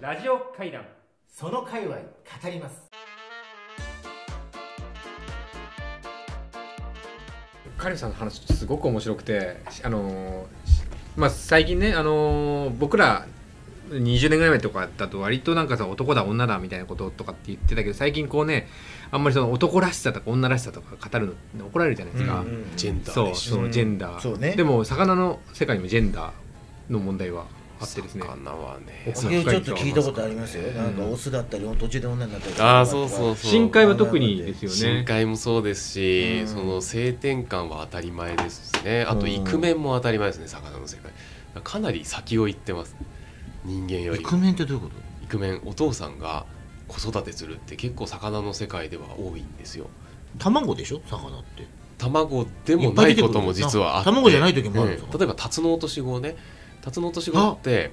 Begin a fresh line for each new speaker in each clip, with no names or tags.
ラジオ会談
その界隈語ります
カリフさんの話すごく面白くてあのーまあ最近ねあのー僕ら20年ぐらい前とかだと割となんかさ男だ女だみたいなこととかって言ってたけど最近こうねあんまりその男らしさとか女らしさとか語るの怒られるじゃないですか、
ジェンダー
そう
でしょ
そううんジェンダー、
そうね
でも魚の世界にもジェンダーの問題はあってですね
魚はね
そう
いやちょっと聞いたことありますよなんかオスだったり途中で女になったりとか
ああそうそうそう
深海は特にですよ
深
ね
海もそうですし、
うん
その性転換は当たり前ですしねあと
うん
イクメンも当たり前ですね魚の世界かなり先を行ってます人間より
イクメンってどういうこ
イクメンお父さんが子育てするって結構魚の世界では多いんですよ
と卵でしょ魚って
卵でもないことも実はあって
いっぱい出てくるもんな卵じゃない時もあるんですか
ええ例えばタツノオトシゴねタツノオトシゴって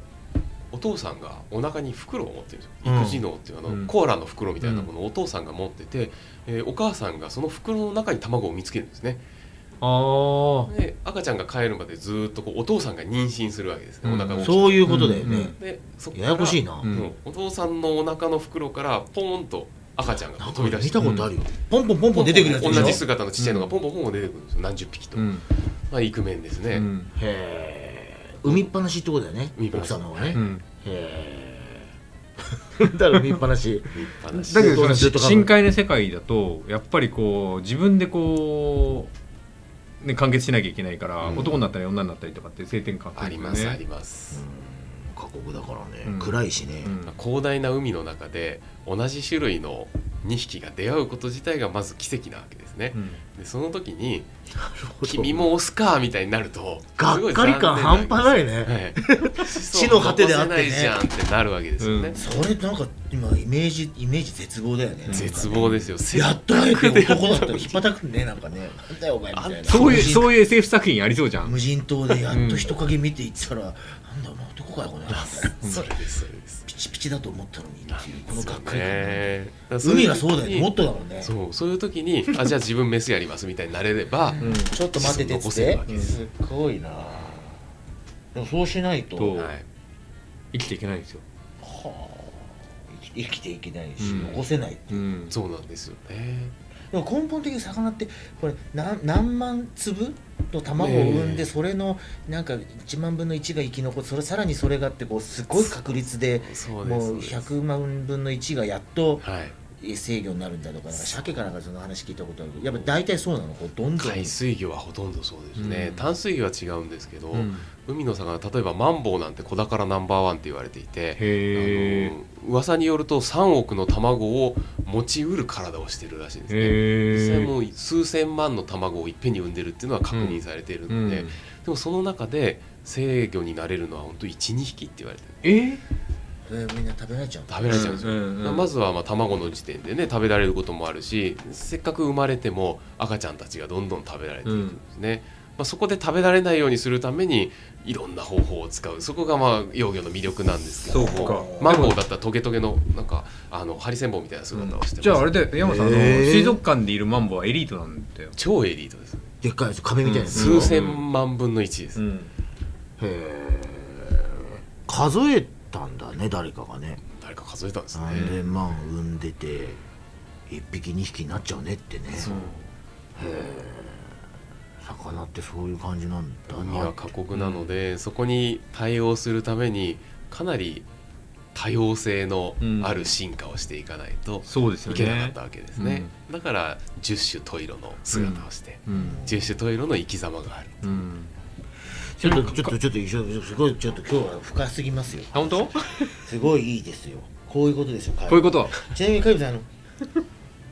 お父さんがお腹に袋を持ってるんですよ
うん
育児能っていうあの、
うん
コアラの袋みたいなものをお父さんが持ってて、えーお母さんがその袋の中に卵を見つけるんですね
あ
で赤ちゃんが帰るまでずーっとこうお父さんが妊娠するわけですね、
うん
お腹が大きく
そういうことだよね、
でそっから
ややこしいな、
うん
もうお父さんのお腹の袋からポーンと赤ちゃんが
なんか
飛び出し
見
て
たことあるよ、ポンポンポンポン出てくるやつでしょ
同じ姿のちっちゃいのがポンポンポンポン出てくるんですよ何十匹と、
うん
まあ、イクメンですね、
うん
へえ海っぱなしってことだよね
海っぱ
奥
なし
様はね、
う
へ
ん
え だから海っぱなし
立派な
だけ
ずっと
ど
ず
その
っと考え
深海の世界だとやっぱりこう自分でこう、ね、完結しなきゃいけないから、
うん
男になったり女になったりとかって性転換
ありますあ
ね
ります、
過酷だからね、
うん
暗いしね、
うん
広大な海の中で同じ種類の2匹が出会うこと自体がまず奇跡なわけですね、
うん
でその時に
なる
「
ほど
君もオスか」みたいになると
がっかり感半端ないいね、
はい、
地の果てであってね
残せないじゃんってなるわけですよね、
うん
それなんか今イメージイメージ絶望だよね
絶望ですよ
やっと会えて
せっかく
男だっ
出会ったた
ら
のに
引っ張たくんねなんかねなんだよお前みたいな
そういう
無人
そういう SF 作品ありそうじゃん
無人島でやっと人影見て行ったら、なんだお前男かよこれ
それですそれです
ピチピチだと思ったのにっていうこのがっかり感、
ね
海がそうだよねもっ
と
とだもんねち
そうそういう時にあじゃあ自分メスやりますみたいになれれば、
うん
ょっと待っててっつって
そう残せるわけです
すっごいなでもそうしないと
そう
はい
生きていけないんですよ、
はあ生き生きていけないし、
うん
残せないっていう
うん
そうなんですよね
でも根本的に魚ってこれ何何万粒の卵を産ん
ね
で
え
それのなんか1万分の1が生き残ってそれさらにそれがあってこうすごい確率で
そうです
もう100万分の1がやっと
はい
制御になるんだとかなんか鮭かなんかその話聞いたことあるけどやっぱ大体そうなのこうどんどん
海水魚はほとんどそうですね、
うん
淡水魚は違うんですけど、
うん
海の魚例えばマンボウなんて子宝ナンバーワンって言われていて
へー
あの噂によると3億の卵を持ちうる体をしてるらしいですね実際
へ
もう数千万の卵をいっぺんに産んでるっていうのは確認されてい
う
るの
ん
で、でもその中で制魚になれるのは本当12匹って言われてる
え
えーみんな食べられちゃうんだ
食べられちゃうんですよ、
うんうんうん
まずはまあ卵の時点でね食べられることもあるしせっかく生まれても赤ちゃんたちがどんどん食べられていくんですね、まあ、そこで食べられないようにするためにいろんな方法を使うそこがまあ幼魚の魅力なんですけど
そうか
マンボウだったらトゲトゲのなんかあのハリセンボンみたいな姿をしてます、
じゃああれで山さんあの
へー
水族館でいるマンボウはエリートなんだよ、
超エリートです
でっかいやつ亀みたいなやつ、
うん
数千万分の1です、
へえ数えたんだね誰かがね
誰か数えたんですね、
3000万産んでて1匹2匹になっちゃうねってね
そう
魚ってそういう感じなんだな
海は過酷なので、そこに対応するためにかなり多様性のある進化をしていかないと
そうですよ
い
ね
けなかったわけですね、だから十種十色の姿をして、
うん
十種十色の生き様がある
うん
ちょっとちょっとちょっと一緒すごいちょっと今日は深すぎますよ
あ本当こ
すごいいいですよこういうことですよ
ういうこと
ちなみにカイブさんあの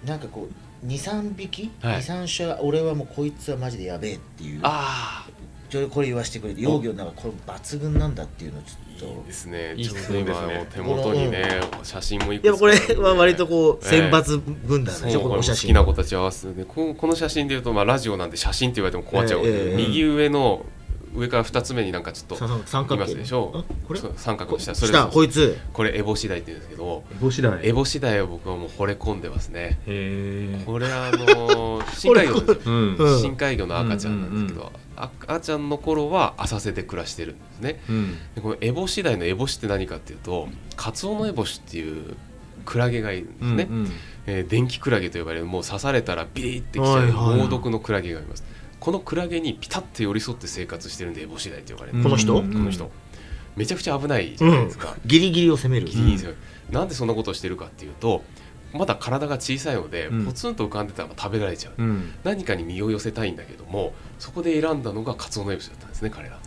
なんかこう23匹、
はい
23種俺はもうこいつはマジでやべえっていう
ああ
ちょこれ言わせてくれて幼魚なんかこれ抜群なんだっていうのをち
い
ょっと
いですね
いい
ちょっ
質
と
問
今
ですね
お手元にね写真もいくつか
でもこれは割とこう
ええ
選抜軍団でしょ、
そ
この
うこ
お
れ
写
好
真
きな子たちを合わせてねここの写真でいうと、まあ、ラジオなんで写真って言われても困っちゃうんですけど、
ええええ
右上の上から2つ目になんかちょっと
三三角
いますでしょ
あこれ
そう三角の下それ
下こいつ
これエボシダイって言うんですけど
帽子だ
エボシダイは僕はもう惚れ込んでますね
へえ
これあのー深海魚ですよ
うん
うん
深海魚の赤ちゃんなんですけど、赤ちゃんの頃は浅瀬で暮らしてるんですね
うん
でこのエボシダイのエボシって何かっていうとカツオノエボシっていうクラゲがいるんですね、
うんうん
えー電気クラゲと呼ばれるもう刺されたらビリってきちゃ
は
う
いはい
猛毒のクラゲがいます、このクラゲにピタッて寄り添って生活してるんでエボシダイって呼ばれる、
この人
うん
この人めちゃくちゃ危ないじゃないですか、
ギリギリを攻める
ギリギリですよなんでそんなことをしてるかっていうとまだ体が小さいので、
うん
ポツンと浮かんでたら食べられちゃう、
うん
何かに身を寄せたいんだけどもそこで選んだのがカツオノエボシだったんですね彼ら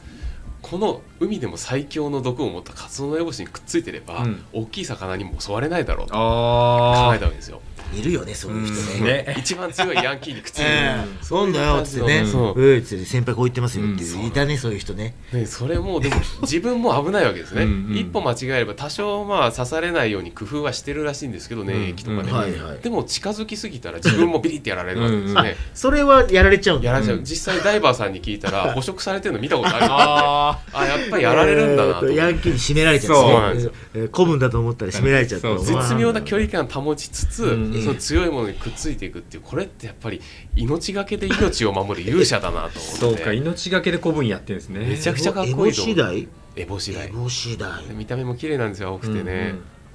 この海でも最強の毒を持ったカツオノエボシにくっついてれば、
うん
大きい魚にも襲われないだろうと考えた
あ
わ
あ
けですよ
いるよねそういう人ね
ね
一番強いヤンキーにくっついてる、
ええ
そ
そう
い
ん
う
だよ
感
っつ
じ
って
の
ね
うんそう
ーっつって先輩こう言ってますよって
うん
そう
いういたねそういう人ね
ね、それもでも自分も危ないわけですね、
うんうん
一歩間違えれば多少まあ刺されないように工夫はしてるらしいんですけどね、
うん
駅とかで、
うん
はいはい
でも近づきすぎたら自分もビリってやられるわけですね、
それはやられちゃうんだ
やられちゃう、
うん
実際ダイバーさんに聞い たら捕食されてるの見たことあるあ
あ
あやっぱりやられるんだなと
えー
思
ヤ
っ
ン
て
キーに締められちゃう
そう
なんですよ
えー子分だと思ったら締められちゃった
そうそう
絶妙な距離感保ちつつ、
うん
その強いものにくっついていくっていうこれってやっぱり命がけで命を守る勇者だなと
あ
思
そう
って
か命がけで古文やってるんですね
めちゃくちゃかっこいいと思
エボシダイ
エボシダイ
エボシダイ
見た目も綺麗なんですよ青くてね、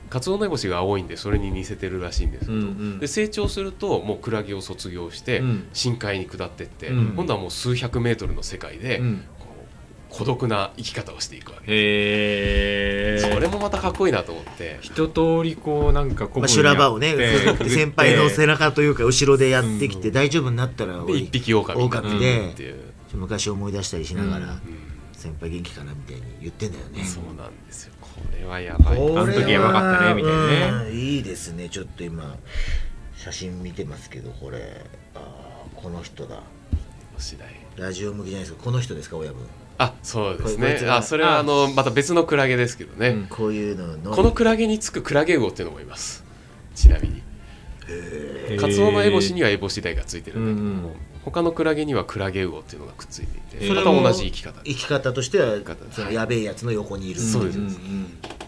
カツオノエボシが青いんでそれに似せてるらしいんですけ
う
ど、
んうん
で成長するともうクラゲを卒業して、
うん
深海に下ってって、
うん
今度はもう数百メートルの世界で、
うんうん
こう孤独な生き方をしていくわけ、
へえ
それもまたかっこいいなと思って
一通りこうなんか古
まあ、修羅場をね
やっ
くぐって先輩の背
中
中というか後ろでやってき
う
て
ん
大丈夫になったら
で
俺
一匹狼にな
狼
る
で
っていう、
昔思い出したりしながら
うん
先輩元気かなみたいに言ってんだよね
そうなんですよこれはやばい
これはあの時やばかったねみたいなね
ねいいですねちょっと今写真見てますけどこれあーこの人だ
次第
ラジオ向きじゃないですかこの人ですか親分
あそうです
これこ
ね
いつが
あそれはあのまた別のクラゲですけどね、
うん
こういうのの
このクラゲにつくクラゲ魚っていうのもいますちなみにカツオのエボシにはエボシダイがついてるんだけども、
うんうん
他のクラゲにはクラゲ魚っていうのがくっついていて
そ
そ
れ
れ
も
と同じ生き方
生き方としては
き方
そのやべえやつの横にいる
そうです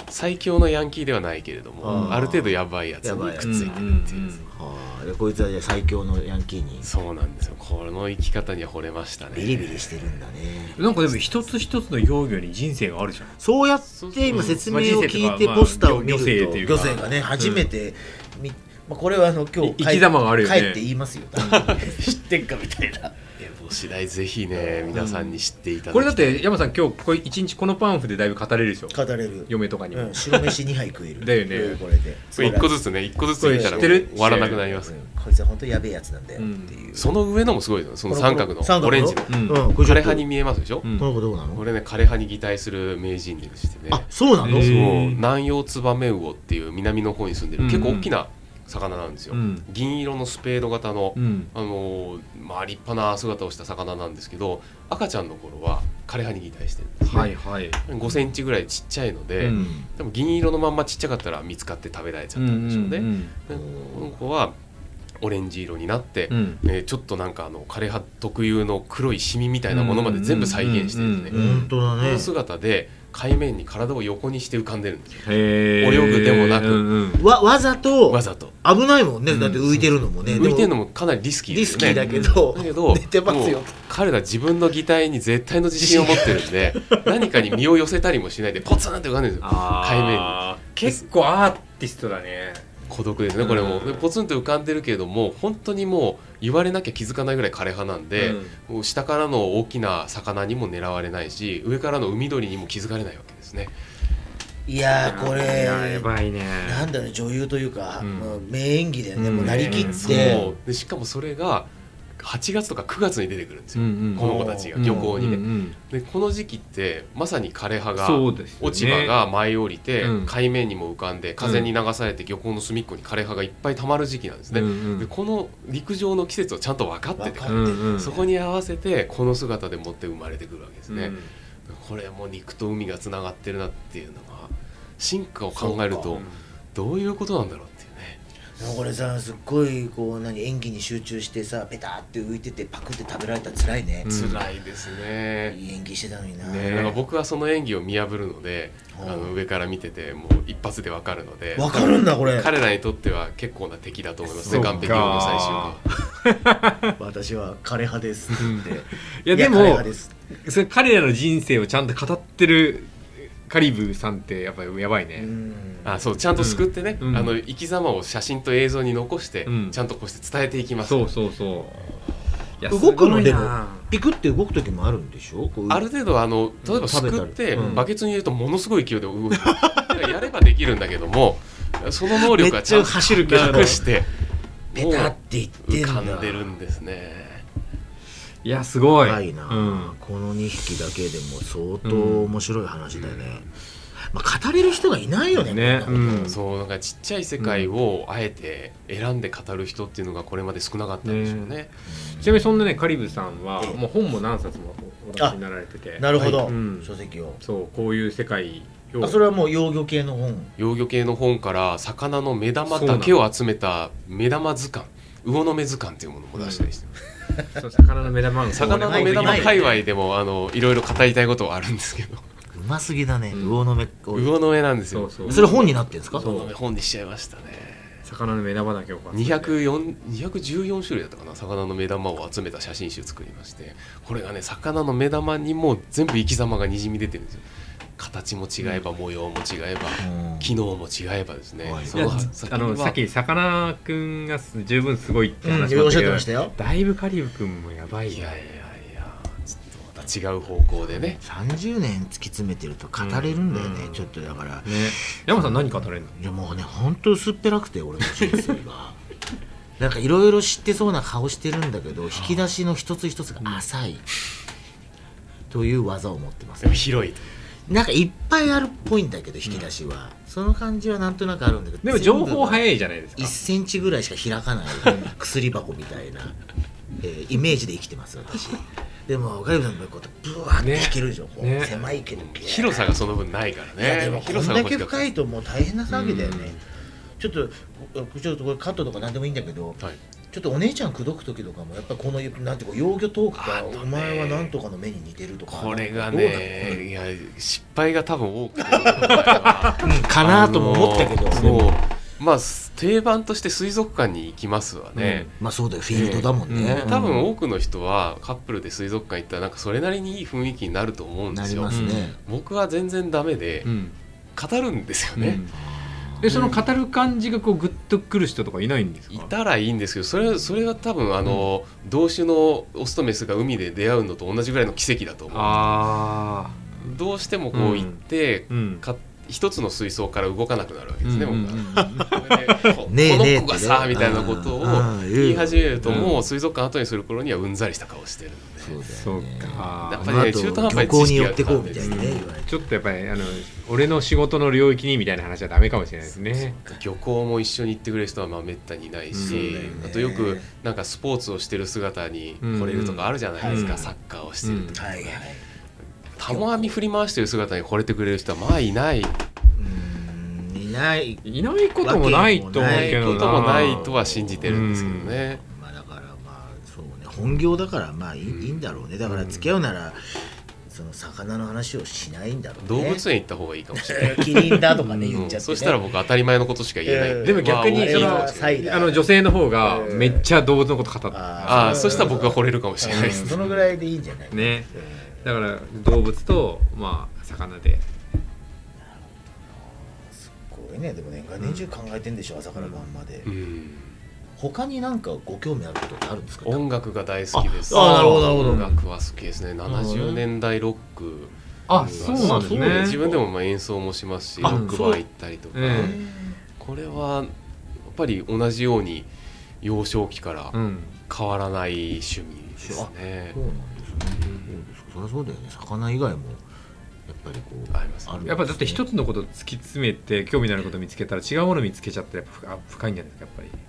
最強のヤンキーではないけれど
あ
も
ー
ある程度やばいやつ
やば
に
いや
く
つ
っついてるっていうやつ
はあでこいつはじゃあ最強のヤンキーに
そうなんですよこの生き方には惚れましたね
ビリビリしてるんだね
なんかでも一つ一つの幼魚に人生があるじゃん
そうやっ
そうそう
て今説明を聞いて
まあ
ポスターを見る
まあ
と
まあ
漁
漁生っていうか
生がね初めてみまあこれはあの今日
い生き様があるよね
帰って言います よ多分知ってんかみたいな
エボシダイぜひね皆さんに知っていただきたい
これだって山さん今日これ一日このパンフでだいぶ語れるでしょ
語れる
嫁とかに
う
も
ん白飯2杯食える
だよね
うんこれで
これ一個ずつね一個ずつ入れ
知
たらも
って
う
る
終わらなくなります
うんこいつは本当やべえやつなんだよっていう、
その上のもすごいですよその三角の
ここ
オレンジの
の
三角のうん、これちょっと
枯れ葉に見えますでしょ、
うん
この子どうなの
これね枯れ葉に擬態する名人でしてね
あそうなの、
え
そう
ー
南洋ツバメウオっていう南の方に住んでる
うんうん
結構大きな魚なんですよ、
うん
銀色のスペード型の、
うん
あのーまあ立派な姿をした魚なんですけど赤ちゃんの頃は枯葉に擬態してるんですね、
はいはい
5センチぐらいちっちゃいので、
うん
でも銀色のまんまちっちゃかったら見つかって食べられちゃったんでしょうね、でこの子はオレンジ色になって、
うん
えーちょっとなんかあの枯葉特有の黒いシミみたいなものまで全部再現してるんですね、
うんうんうんうん
本当だ
こ
ね
の姿で海面に体を横にして浮かんでるんですよ
へえ
泳ぐでもなく
うんうん
わわざと
わざと
危ないもんね、
うん
だって浮いてるのもね
浮いてる
の
のもかなりリスキーで
リ
す
ス
よ
キ
ね
ーだけど
だけど
寝てますよ
もう彼ら自分の擬態に絶対の自信を持ってるんで何かに身を寄せたりもしないでポツンって浮かんでるんですよ海面に
あー結構アーティストだね
孤独ですねこれも
うん
でポツンと浮かんでるけれども本当にもう言われなきゃ気づかないぐらい枯れ葉なんで、
うん
もう下からの大きな魚にも狙われないし上からの海鳥にも気づかれないわけですね
いやーこ
いや
れ
やばいね
なんだろう女優というか、
うん
もう名演技だよね、
うん
もうなりきっ
うん
て
そうでしかもそれが8月とか9月に出てくるんですよ、
うんうん
この子たちが漁港にね、
うんうん
でこの時期ってまさに枯れ葉が
そうですよね
落ち葉が舞い降りて、
うん
海面にも浮かんで風に流されて漁港の隅っこに枯れ葉がいっぱい溜まる時期なんですね、
うんうん
でこの陸上の季節をちゃんと分かってて
分か
うんうん
そこに合わせてこの姿でもって生まれてくるわけですね、
うん
これも肉と海がつながってるなっていうのが進化を考える
そう
とどういうことなんだろうっていうね
これさすっごいこう何演技に集中してさペターって浮いててパクって食べられたら辛いね、
うん
辛いですね。
いい演技してたのにな、
ねえ
なんか僕はその演技を見破るので、
うん
あの上から見ててもう一発でわかるので、
わかるんだこれ
彼らにとっては結構な敵だと思います
そう
ね。
か
完璧王の最終は。
私は枯れ派ですって言って
いや
いや枯
で
れ
も
派です
それ彼らの人生をちゃんと語ってるカリブーさんってやっぱりやばいうね、
ん
あそうちゃんと救ってね、
うん
あの生き様を写真と映像に残して、
うん
ちゃんとこうして伝えていきます
そうそうそういや
動く
す
の
ごい
でも
な
ピクって動く時もあるんでしょこう
ある程度あの例えばす
食べ
く
た
っ
り
て、
うん
バケツに入れるとものすごい勢いで動く だからやればできるんだけどもその能力がちゃんと
めっちゃ走るけど
隠して
ペターって言ってん
浮
だ
かんでるんですね
いやすごい
深いな、
うん
この2匹だけでも相当面白い話だよね、まあ、語れる人がいないよね
ね
こんなの
うん
そうなんかちっちゃい世界をあえて選んで語る人っていうのがこれまで少なかったんでしょうね
ちなみにそんなねカリブーさんはもう本も何冊もお出しになられてて
なるほど、
はいうん
書籍を
そうこういう世界を
あそれはもう幼魚系の本
幼魚系の本から魚の目玉だけを集めた目玉図鑑魚の目図鑑っていうものも出したりしてます
そう魚の目玉
魚の目玉界隈でもあのいろいろ語りたいことはあるんですけど
うますぎだね、
うん
魚の目を
魚の目なんです
そう
よ
そう
それ本になってんですか
そう
魚の目本にしちゃいましたね
魚の目玉だけを買って
204 214種類だったかな魚の目玉を集めた写真集作りましてこれがね魚の目玉にも全部生き様がにじみ出てるんですよ形も違えば模様も違えば
うん
機能も違えばですね
はい
そ
いや
の
あのさっきさかなクンがす十分すごいって
うん
話
おっしゃって
ま
ま
し
したたよ
けどだいぶカリブくんもやばい
い
よ
やいやいやちょっとまた違う方向でね
30年突き詰めてると語れるんだよね、
うん
ちょっとだから
ね山さん何語れるの
いやもうねほんと薄っぺらくて俺の人生が なんかいろいろ知ってそうな顔してるんだけど引き出しの一つ一つが浅いという技を持ってます
でも広い
なんかいっぱいあるっぽいんだけど引き出しは、その感じはなんとなくあるんだけど
でも情報
い
早いじゃないですか
1センチぐらいしか開 かない薬箱みたいな、えーイメージで生きてます私でもガイブさんのこうやってブワーって引けるでしょ、こう
ね
狭いけど
広さがその分ないから
いや
ね
でもこ
広
ん
さが
だ
欲
け
しかった
深いともう大変な騒ぎだよね、
うん
ちょっとこちょっとこれカットとか何でもいいんだけど
はい
ちょっとお姉ちゃん口説く時とかもやっぱこのなんていうか幼魚トークが
あのね
お前はなんとかの目に似てるとか
これが
どうなの
ねいや失敗が多分多くてか
かなとも思ったけど、
そうまあ定番として水族館に行きますわね、
まあそうだよフィールドだもんね、
ええうん
多分多くの人はカップルで水族館行ったらなんかそれなりにいい雰囲気になると思うんで
な
す
り
よ
ますね、
僕は全然ダメで、
うん
語るんですよね、
ねでその語る感じがこうグッとくる人とかいないんですか
いたらいいんですけどそれそれは多分あの、同種のオスとメスが海で出会うのと同じぐらいの奇跡だと思
ああ
うどうしてもこ
う
うん行って、
うん
か一つの水槽から動かなくなるわけですね、
うんうん
僕
う
は。
ん
これでこ
ねえねえ
この子がさ
ってね
みたいなことを
うんうん
言い始めると
うん
もう水族館後にする頃にはうんざりした顔してる
そうだ
そ
よ
う
ね
や
か
っ
あ
ぱ
の
りね
後
中途半端に
漁港
知
に
識
寄
が
ってこうみたい
足
に
り
ね
ない
言われて
ちょっとやっぱりあの俺の仕事の領域にみたいな話はダメかもしれないですね
漁港も一緒に行ってくれる人はまあめったにいない
うんそう
し
だよ
ね
あとよくなんかスポーツをしてる姿に惚れるとかあるじゃないです
う
か
ん
サッカーをしてるとか
はいはい
玉編み振り回してる姿に惚れてくれる人はまあいない
うんいない
いないこともないと思う
ない
けど
こともないとは信じてるんですけどね
まあだからまあそうね本業だからまあいい,、ん、だろうねだから付き合うなら、その魚の話をしないんだろうね
動物園行った方がいいかもし れない
キリンだとかね
う
言っちゃ
ん
って、ね
そしたら僕当たり前のことしか言えない
うん
でも逆に
あれ
その
はサイだ
あの女性の方がめっちゃ動物のこと語って
ああ
ー
そしたら僕は惚れるかもしれないです
うんそのぐらいでいいんじゃない
ねだから動物とまあ魚で
これねでも年が年中考えてんでしょ朝から晩まで、
うん
他になんかご興味あることってあるんですか
音楽が大好きです。
ああなるほどなるほど
音楽は好きですね。70年代ロック
あ
が好きで自分でもまあ演奏もしますし、ロ
あ
ックバー行ったりとか、
そううん
これはやっぱり同じように幼少期から
うん
変わらない趣味ですね
そう。なんですねそうですかそりゃそうだよね魚以外もやっぱりこう
ありますね
るんですね
やっぱだって一つのことを突き詰めて興味のあることを見つけたら違うものを見つけちゃってやっぱ深あ深いんじゃないですかやっぱり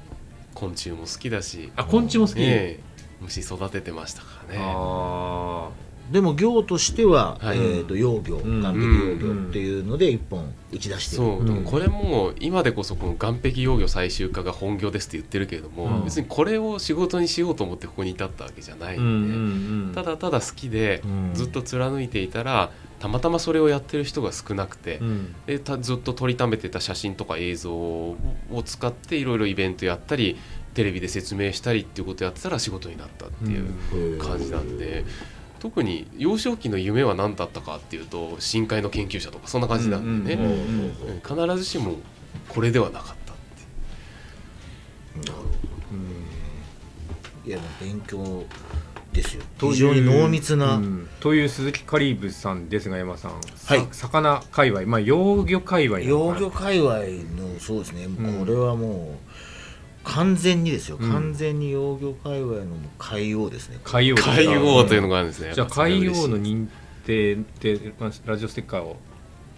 昆虫も好きだし、
あ昆虫も好き、
ええ虫育ててましたからね。
ああ
でも行としては、
はい
えー、と養業
ん
完璧養業っていうので一本打ち出してる、
そう、
ん
でもこれも今でこそこの岸壁養魚最終化が本業ですって言ってるけれども、
うん
別にこれを仕事にしようと思ってここに至ったわけじゃないん
う
で、
んうんうん
ただただ好きで
うん
ずっと貫いていたらたまたまそれをやってる人が少なくて、
うん
でたずっと撮りためてた写真とか映像を使っていろいろイベントやったりテレビで説明したりっていうことやってたら仕事になったってい
う
う
ん
感じなんで。特に幼少期の夢は何だったかっていうと深海の研究者とかそんな感じなんでね、
うんうんうん
うん必ずしもこれではなかったっていう
いや勉強ですよ非常に濃密な、
うんという鈴木カリーブさんですが山さん、
はい
さ魚界隈まあ養魚界隈なの
養
かな
魚界隈のそうですね、もうこれはもう完全にですよ、
うん
完全に養魚界隈のもう海王ですね
海洋
海王というの
が
があるんですね
じゃあ
やっぱそれは
海
嬉しい
洋の認定で、まあ、ラジオステッカーを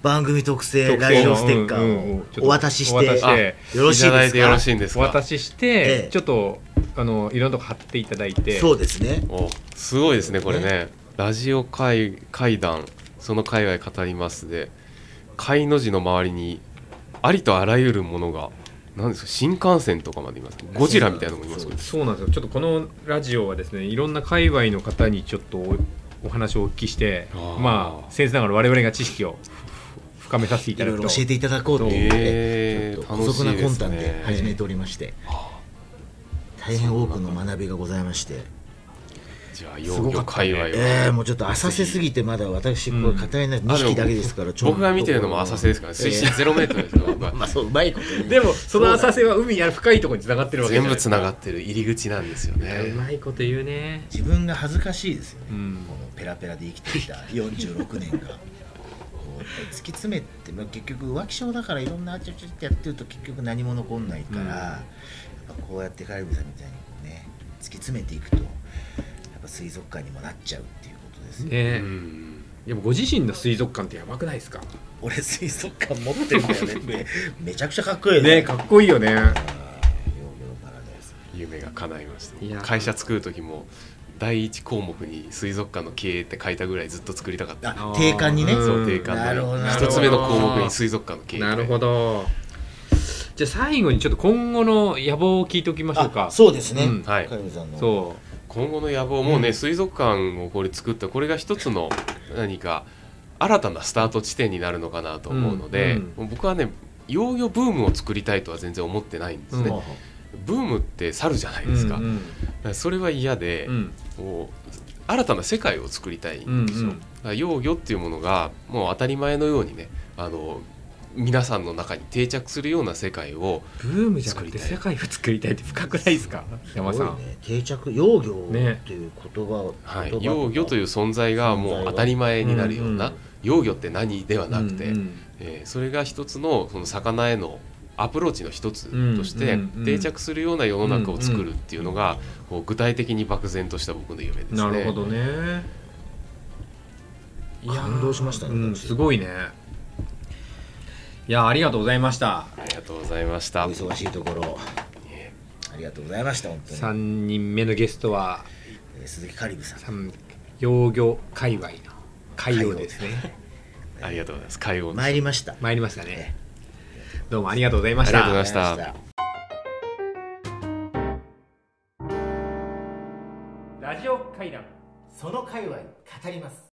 番組特製
特製
ラジオステッカ
うんうんう
ー
んちょっ
を
と
お渡しし
お渡
て
しして
よろしい
ただ
で
い
す
てよろ
か
しいんです
お
か
渡しして、
ええ
ちょっとあのいろんなとこ貼っていただいて
そうですね
おすごいですねこれねラジオ会会談その界隈語りますで会の字の周りにありとあらゆるものが何ですか新幹線とかまでいますゴジラみたいなのもいま
そ
す
う
よ
で
そうなんですよちょっとこのラジオはですねいろんな界隈の方にちょっとおお話をお聞きして
あー
まあ先生ながら我々が知識をふ深めさせてい
い
ただ
ろい
く
ろ
と
教えていただこうと思って、
え
ちょっ
ー
と姑息な魂胆
楽しいです
で
ね
始めておりまして、大変多くの学びがございまして、
じゃあ
す
養
ごかった
魚
ね
界隈は、
えー、もうちょっと浅瀬すぎてまだ私これ語れない2匹だけですからちょっと
僕が見てるのも浅瀬ですから水深ゼロメートルですから僕は
まあそううまいことね
でもその浅瀬は海や深いところに繋がってるわけじゃ
全
ない
部つなが
っ
ってる入り口なんですよね
うまいこと言うね
自分が恥ずかしいですよね、
うん
このペラペラで生きてき た46年がこうやっぱり突き詰めて、まあ、結局浮気症だからいろんなあちゃちゃってやってると結局何も残んないから、
うん
やっぱこうやってカルビさんみたいにこうね突き詰めていくとやっぱ水族館にもなっちゃうっていうことですよ、
う
ね
ん
でもご自身の水族館ってやばくないですか
俺水族館持ってるんだよね めめちゃくちゃかっこいい
ねかっこいいよね
夢が叶いまし
いや
た会社作る時も第一項目に水族館の経営って書いたぐらいずっと作りたかった
あ定款にね
うん
そう定款
なるほどなるほど
一つ目の項目に水族館の経営
なるほどじゃあ最後にちょっと今後の野望を聞いておきましょうか
あそうですね、
うん
はい
カルビさんの
そ
今後の野望もね、水族館をこれ作ったこれが一つの何か新たなスタート地点になるのかなと思うので、
うん
僕はね養魚ブームを作りたいとは全然思ってないんですね、
うん
ブームって猿じゃないうですか,、
うんうん
それは嫌で、
うん
こう新たな世界を作りたい
うん
ですよ、
ん
だから幼魚っていうものがもう当たり前のようにねあの皆さんの中に定着するような世界を
ブームじゃなくて世界を作りたいって深くないです か山
す
さ
ごい
ん
ね定着養魚
ね
っていう言葉を、
はい
言葉
幼魚という存在がもう当たり前になるような、
うんうん
幼魚って何ではなくて、
うんうん
えーそれが一つのその魚へのアプローチの一つとして
うんうんうん
定着するような世の中を作るっていうのがこう具体的に漠然とした僕の夢ですね。
なるほどねいやー
感動しましたね
うん、
私
すごいねいやーありがとうございました
ありがとうございまし
お
た。
忙しいところありがとうございました本当に、
3人目のゲストは
えー鈴木カリブさん
三養魚界隈の海洋ですね
ありがとうございます。介護
参りました
参りましたねどうもありがとうございまし
ありがとうござい
た
ました
参りま
ラジオ会談
その界隈語ります